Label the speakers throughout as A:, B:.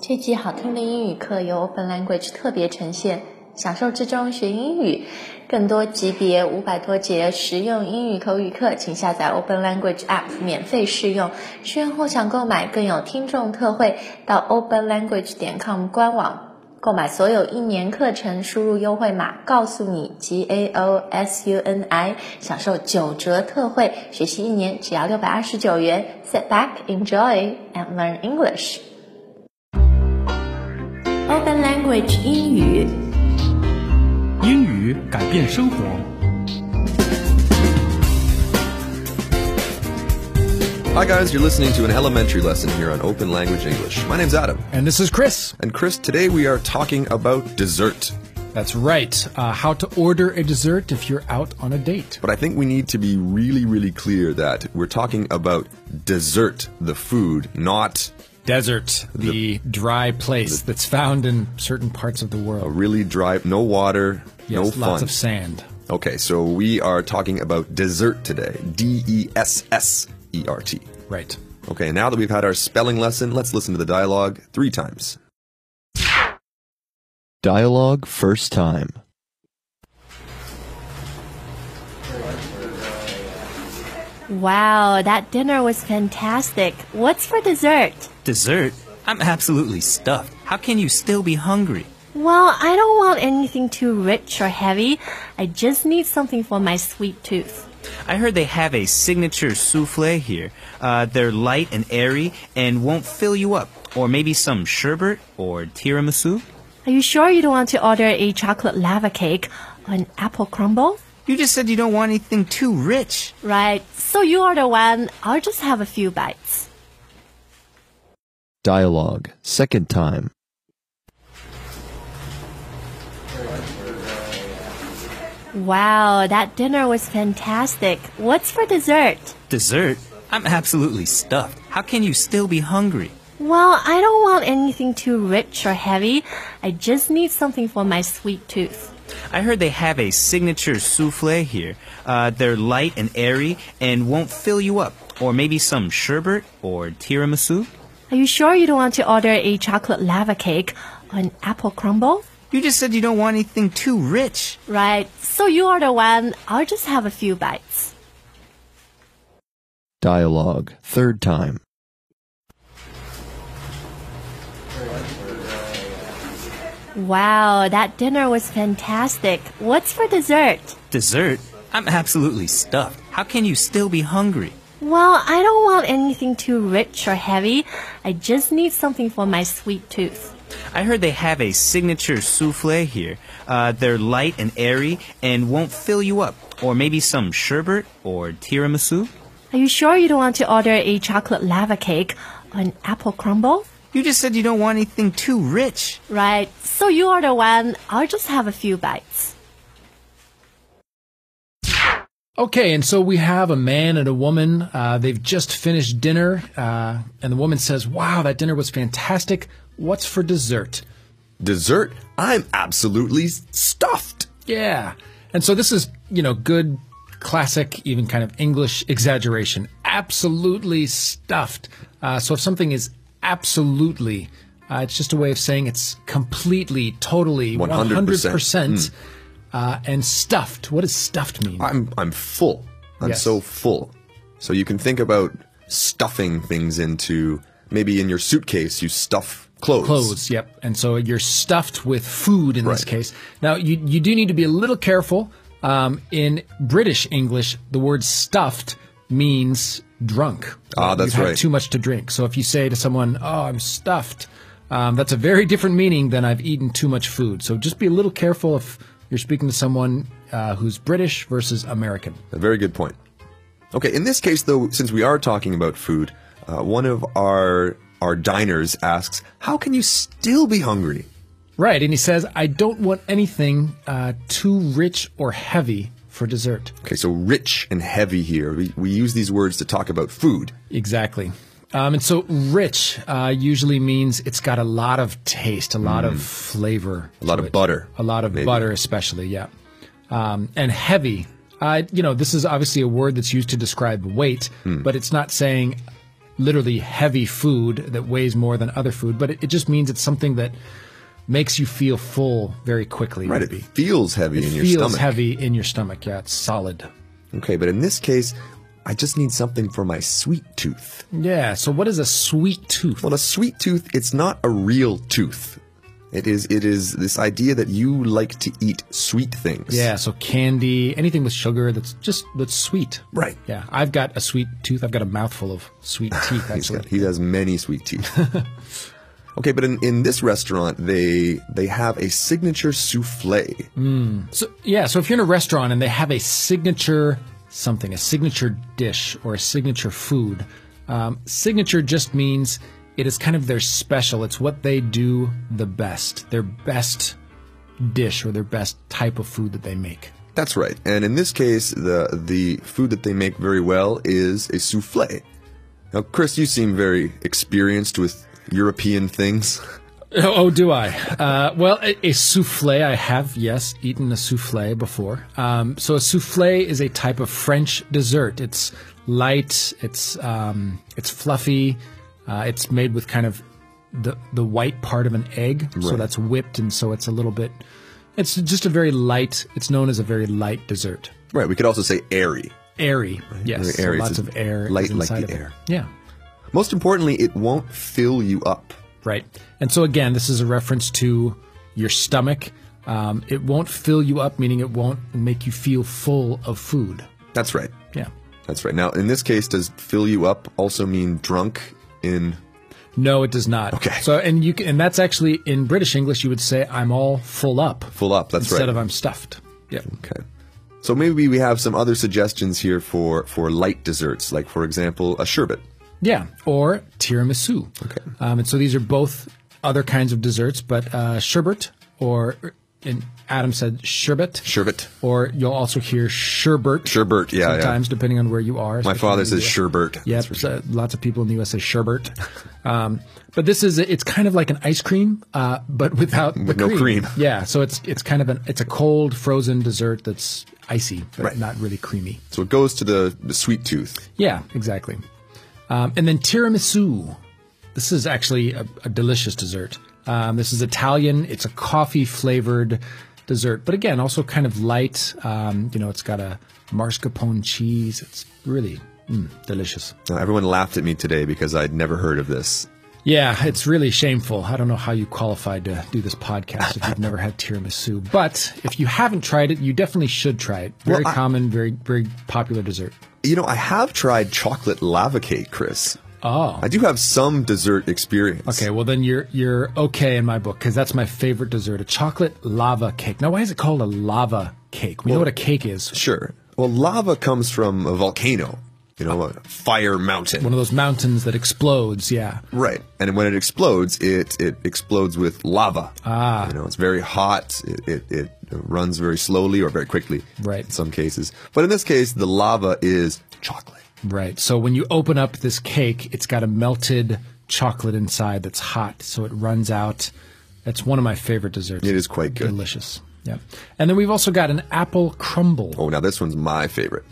A: 这期好听的英语课由 Open Language 特别呈现，享受之中学英语。更多级别五百多节实用英语口语课，请下载 Open Language App 免费试用。试用后想购买更有听众特惠，到 Open Language 点 com 官网购买所有一年课程，输入优惠码“告诉你 ”G A O S U N I，享受九折特惠，学习一年只要六百二十九元。Sit back, enjoy, and learn English. Open Language 英语
B: 英语改变生活。
C: Hi, guys, you're listening to an elementary lesson here on Open Language English. My name's Adam.
D: And this is Chris.
C: And Chris, today we are talking about dessert.
D: That's right. Uh, how to order a dessert if you're out on a date.
C: But I think we need to be really, really clear that we're talking about dessert, the food, not
D: Desert, the, dry place that's found in certain parts of the world.
C: really dry, no water, Oh, no
D: yes,
C: fun.
D: lots of sand.
C: Okay, so we are talking about dessert today. D E S S E R T.
D: Right.
C: Okay, now that we've had our spelling lesson, let's listen to the dialogue three times. Dialogue first time.
E: Wow, that dinner was fantastic. What's for dessert?
F: Dessert? I'm absolutely stuffed. How can you still be hungry?
E: Well, I don't want anything too rich or heavy. I just need something for my sweet tooth.
F: I heard they have a signature souffle here. Uh, they're light and airy and won't fill you up. Or maybe some sherbet or tiramisu.
E: Are you sure you don't want to order a chocolate lava cake or an apple crumble?
F: You just said you don't want anything too rich.
E: Right, so you order one. I'll just have a few bites.
C: Dialogue second time.
E: Wow, that dinner was fantastic. What's for dessert?
F: Dessert? I'm absolutely stuffed. How can you still be hungry?
E: Well, I don't want anything too rich or heavy. I just need something for my sweet tooth.
F: I heard they have a signature souffle here. Uh, they're light and airy and won't fill you up. Or maybe some sherbet or tiramisu.
E: Are you sure you don't want to order a chocolate lava cake or an apple crumble?
F: You just said you don't want anything too rich.
E: Right, so you order one. I'll just have a few bites.
C: Dialogue third time.
E: Wow, that dinner was fantastic. What's for dessert?
F: Dessert? I'm absolutely stuffed. How can you still be hungry?
E: Well, I don't want anything too rich or heavy. I just need something for my sweet tooth.
F: I heard they have a signature souffle here. Uh, they're light and airy and won't fill you up. Or maybe some sherbet or tiramisu.
E: Are you sure you don't want to order a chocolate lava cake or an apple crumble?
F: You just said you don't want anything too rich.
E: Right, so you order one. I'll just have a few bites.
D: Okay, and so we have a man and a woman. Uh, they've just finished dinner, uh, and the woman says, Wow, that dinner was fantastic. What's for dessert?
C: Dessert? I'm absolutely stuffed.
D: Yeah. And so this is, you know, good classic, even kind of English exaggeration. Absolutely stuffed. Uh, so if something is absolutely, uh, it's just a way of saying it's completely, totally,
C: 100%.
D: 100%. uh, and stuffed. What does stuffed mean?
C: I'm I'm full. I'm
D: Yes.
C: so full. So you can think about stuffing things into maybe in your suitcase you stuff clothes.
D: Clothes, yep. And so you're stuffed with food in this
C: Right.
D: case. Now, you, you do need to be a little careful. Um, in British English, the word stuffed means drunk.
C: Ah, that's
D: You've had
C: right.
D: Too much to drink. So if you say to someone, oh, I'm stuffed, um, that's a very different meaning than I've eaten too much food. So just be a little careful if you're speaking to someone uh, who's British versus American.
C: A very good point. Okay, in this case though, since we are talking about food, uh, one of our our diners asks, "How can you still be hungry?"
D: Right. And he says, I don't want anything uh, too rich or heavy for dessert.
C: Okay, so rich and heavy here. We, we use these words to talk about food.
D: Exactly. Um, and so rich uh, usually means it's got a lot of taste, a lot of flavor,
C: Mm. A lot
D: to
C: of
D: it.
C: butter,
D: a lot of
C: maybe.
D: butter, especially. Yeah, um, and heavy.
C: Hmm.
D: Uh, you know, this is obviously a word that's used to describe weight, but it's not saying literally heavy food that weighs more than other food, but it, it just means it's something that makes you feel full very quickly.
C: Right, it
D: maybe.
C: feels heavy in your
D: feels
C: stomach.
D: heavy in your stomach. Yeah, it's solid.
C: Okay, but in this case, I just need something for my sweet tooth.
D: Yeah. So what is a sweet tooth?
C: Well, a sweet tooth, it's not a real tooth. It is it is this idea that you like to eat sweet things.
D: Yeah. So candy, anything with sugar that's just that's sweet.
C: Right.
D: Yeah. I've got a sweet tooth. I've got a mouthful of sweet teeth.
C: He's got,
D: Actually.
C: he has many sweet teeth. okay, but in, in this restaurant, they they have a signature souffle.
D: so yeah. So if you're in a restaurant and they have a signature something, a signature dish or a signature food, um, signature just means it is kind of their special. It's what they do the best. Their best dish or their best type of food that they make.
C: That's right. And in this case, the the food that they make very well is a souffle. Now, Chris, you seem very experienced with European things.
D: Oh, oh, do I? Uh, well, a, a souffle, I have, yes, eaten a souffle before. Um, so, a souffle is a type of French dessert. It's light, it's, um, it's fluffy, uh, it's made with kind of the, the white part of an egg. So, that's whipped, and so it's a little bit, it's just a very light, it's known as a very light dessert.
C: Right. We could also say airy.
D: Airy, yes.
C: Very airy,
D: lots
C: it's
D: of air. is
C: light like
D: inside
C: the
D: of it.
C: air.
D: Yeah.
C: Most importantly, it won't fill you up.
D: Right. And so again, this is a reference to your stomach. Um, it won't fill you up, meaning it won't make you feel full of food.
C: That's right.
D: Yeah.
C: That's right. Now, in this case, does fill you up also mean drunk in
D: No, it does not.
C: Okay.
D: So and you can, and that's actually in British English you would say I'm all full up
C: full up? That's
D: instead
C: right.
D: of I'm stuffed. Yeah.
C: okay. So maybe we have some other suggestions here for for light desserts, like for example, a sherbet.
D: Yeah. Or tiramisu.
C: Okay.
D: Um, and so these are both other kinds of desserts, but uh, sherbet or and Adam said sherbet.
C: Sherbet.
D: Or you'll also hear sherbet.
C: Sherbet, yeah, yeah.
D: Sometimes, depending on where you are.
C: My
D: especially
C: father
D: in
C: says
D: India.
C: sherbet.
D: Yep,
C: That's for
D: so lots of people in the U.S. say sherbet. Um, but this is it's kind of like an ice cream, uh, but without the
C: With no cream.
D: Yeah, so it's it's kind of an it's a cold frozen dessert that's icy, but
C: Right.
D: not really creamy.
C: So it goes to the, the sweet tooth.
D: Yeah, exactly. Um, and then tiramisu. This is actually a, a delicious dessert. Um, this is Italian. It's a coffee flavored dessert, but again, also kind of light. Um, you know, it's got a mascarpone cheese. It's really mm, delicious.
C: Now, everyone laughed at me today because I'd never heard of this.
D: Yeah, it's really shameful. I don't know how you qualified to do this podcast if you've never had tiramisu. But if you haven't tried it, you definitely should try it. Very
C: Well, I-
D: common, very very popular dessert.
C: You know, I have tried chocolate lava cake, Chris.
D: Oh.
C: I do have some dessert experience.
D: Okay, well then you're you're okay in my book because that's my favorite dessert, a chocolate lava cake. Now, why is it called a lava cake? We know what a cake is.
C: Sure. Well, lava comes from a volcano, you know, a fire mountain.
D: One of those mountains that explodes, yeah.
C: Right. And when it explodes, it, it explodes with lava. Ah. You know, it's very hot. It, it, it runs very slowly or very quickly.
D: Right.
C: In some cases. But in this case, the lava is chocolate.
D: Right. So when you open up this cake, it's got a melted chocolate inside that's hot, so it runs out. That's one of my favorite desserts.
C: It is quite good.
D: Delicious. Yeah. And then we've also got an apple crumble.
C: Oh, now this one's my favorite.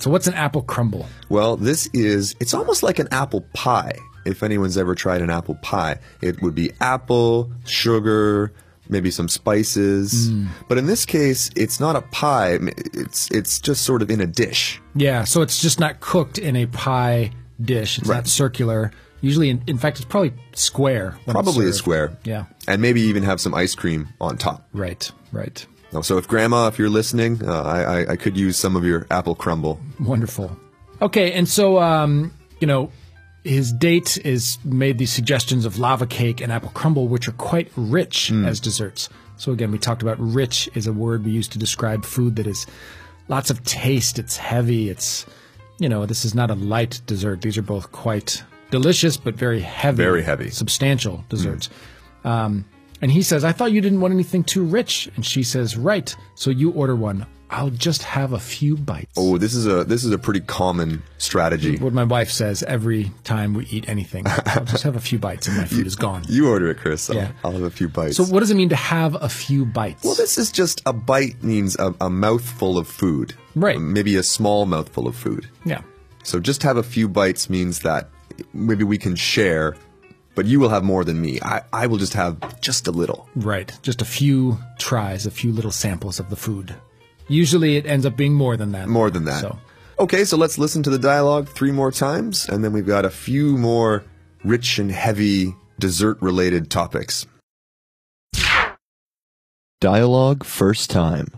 D: So what's an apple crumble?
C: Well, this is, it's almost like an apple pie. If anyone's ever tried an apple pie, it would be apple, sugar, maybe some spices. But in this case, it's not a pie. It's, it's just sort of in a dish.
D: Yeah, so it's just not cooked in a pie dish. It's
C: Right.
D: not circular. Usually in, in fact it's probably square. when it's
C: Probably a
D: served.
C: square.
D: Yeah.
C: And maybe even have some ice cream on top.
D: Right, right.
C: Now, So if grandma, if you're listening, uh, I, I, I could use some of your apple crumble.
D: Wonderful. Okay, and so um, you know, his date is made these suggestions of lava cake and apple crumble, which are quite rich
C: Hmm.
D: as desserts. So again, we talked about rich is a word we use to describe food that is lots of taste. It's heavy. It's you know, this is not a light dessert. These are both quite delicious, but very heavy,
C: Very heavy. Hmm.
D: substantial desserts. Um, and he says, "I thought you didn't want anything too rich." And she says, "Right. So you order one. I'll just have a few bites."
C: Oh, this is a this is a pretty common strategy.
D: what my wife says every time we eat anything. I'll just have a few bites and my food is gone.
C: You order it, Chris. I'll,
D: Yeah.
C: I'll have a few bites.
D: So what does it mean to have a few bites?
C: well, this is just a bite means a, a mouthful of food.
D: Right.
C: Maybe a small mouthful of food.
D: yeah.
C: So just have a few bites means that maybe we can share, but you will have more than me. I, I will just have just a little.
D: Right. Just a few tries, a few little samples of the food. Usually it ends up being more than that.
C: More than that.
D: So,
C: Okay, so let's listen to the dialogue three more times, and then we've got a few more rich and heavy dessert related topics.
G: Dialogue first time.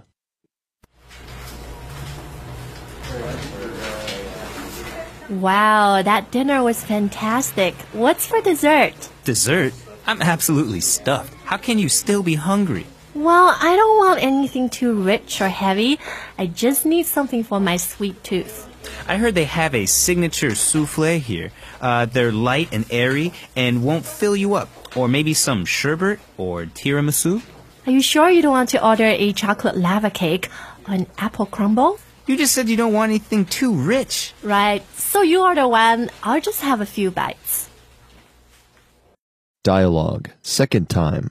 E: Wow, that dinner was fantastic. What's for dessert?
F: Dessert? I'm absolutely stuffed. How can you still be hungry?
E: Well, I don't want anything too rich or heavy. I just need something for my sweet tooth.
F: I heard they have a signature souffle here. Uh, they're light and airy and won't fill you up. Or maybe some sherbet or tiramisu.
E: Are you sure you don't want to order a chocolate lava cake or an apple crumble?
F: You just said you don't want anything too rich.
E: Right, so you order one. I'll just have a few bites.
G: Dialogue second time.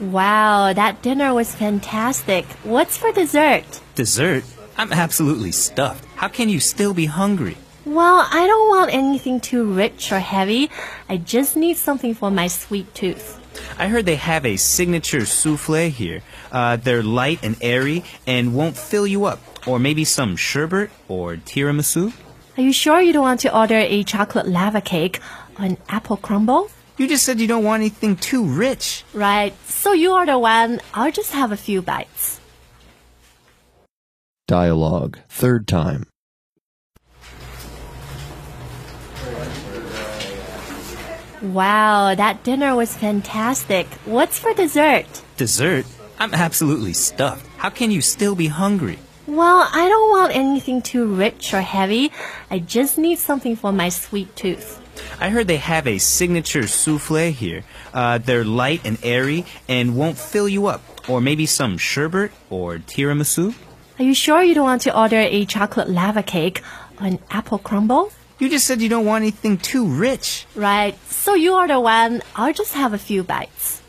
E: Wow, that dinner was fantastic. What's for dessert?
F: Dessert? I'm absolutely stuffed. How can you still be hungry?
E: Well, I don't want anything too rich or heavy. I just need something for my sweet tooth.
F: I heard they have a signature souffle here. Uh, they're light and airy and won't fill you up. Or maybe some sherbet or tiramisu.
E: Are you sure you don't want to order a chocolate lava cake or an apple crumble?
F: You just said you don't want anything too rich.
E: Right, so you order one. I'll just have a few bites.
G: Dialogue third time.
E: Wow, that dinner was fantastic. What's for dessert?
F: Dessert? I'm absolutely stuffed. How can you still be hungry?
E: Well, I don't want anything too rich or heavy. I just need something for my sweet tooth.
F: I heard they have a signature souffle here. Uh, they're light and airy and won't fill you up. Or maybe some sherbet or tiramisu.
E: Are you sure you don't want to order a chocolate lava cake or an apple crumble?
F: You just said you don't want anything too rich.
E: Right, so you order one. I'll just have a few bites.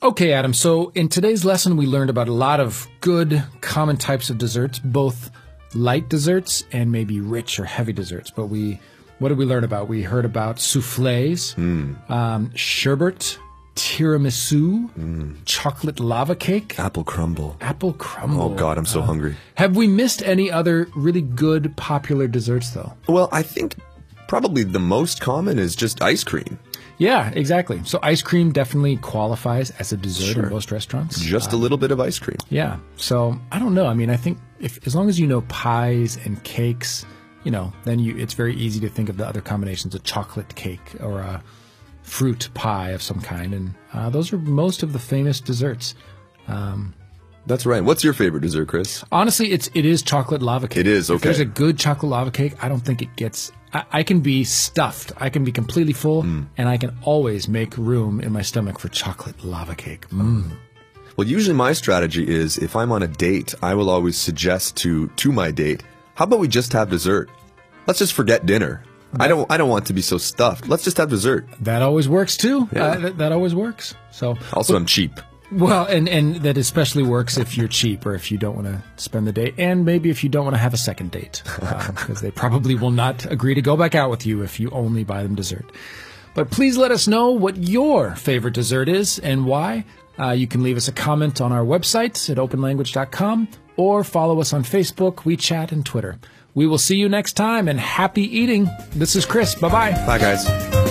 D: okay, Adam. So in today's lesson, we learned about a lot of good, common types of desserts, both light desserts and maybe rich or heavy desserts. But we, what did we learn about? We heard about souffles,
C: Hmm.
D: um, sherbet, tiramisu,
C: Hmm.
D: chocolate lava cake,
C: Apple crumble.
D: apple crumble.
C: Ah. Oh, God, I'm so
G: Uh,
C: hungry.
D: Have we missed any other really good popular desserts though?
C: Well, I think probably the most common is just ice cream.
D: Yeah, exactly. So ice cream definitely qualifies as a dessert in most restaurants.
C: Just
G: Uh,
C: a little bit of ice cream.
D: Yeah. So I don't know. I mean, I think if as long as you know pies and cakes, you know, then you it's very easy to think of the other combinations: a chocolate cake or a fruit pie of some kind, and uh, those are most of the famous desserts.
C: That's right. What's your favorite dessert, Chris?
D: Honestly, it's it is chocolate lava cake.
C: It is,
D: If there's
C: okay.
D: a good chocolate lava cake, I don't think it gets. I, I can be stuffed. I can be completely full,
C: Mm.
D: and I can always make room in my stomach for chocolate lava cake. Mm.
C: Well, usually my strategy is if I'm on a date, I will always suggest to to my date, how about we just have dessert? Let's just forget dinner. I don't I don't want to be so stuffed. Let's just have dessert.
D: That always works too. Uh, that, that always works. So
C: Also, I'm cheap.
D: Well, and and that especially works if you're cheap or if you don't want to spend the day, and maybe if you don't want to have a second date, because they probably will not agree to go back out with you if you only buy them dessert. But please let us know what your favorite dessert is and why. Uh, you can leave us a comment on our website at openlanguage.com or follow us on Facebook, WeChat, and Twitter. We will see you next time, and happy eating. This is Chris. Bye bye.
C: Bye, guys.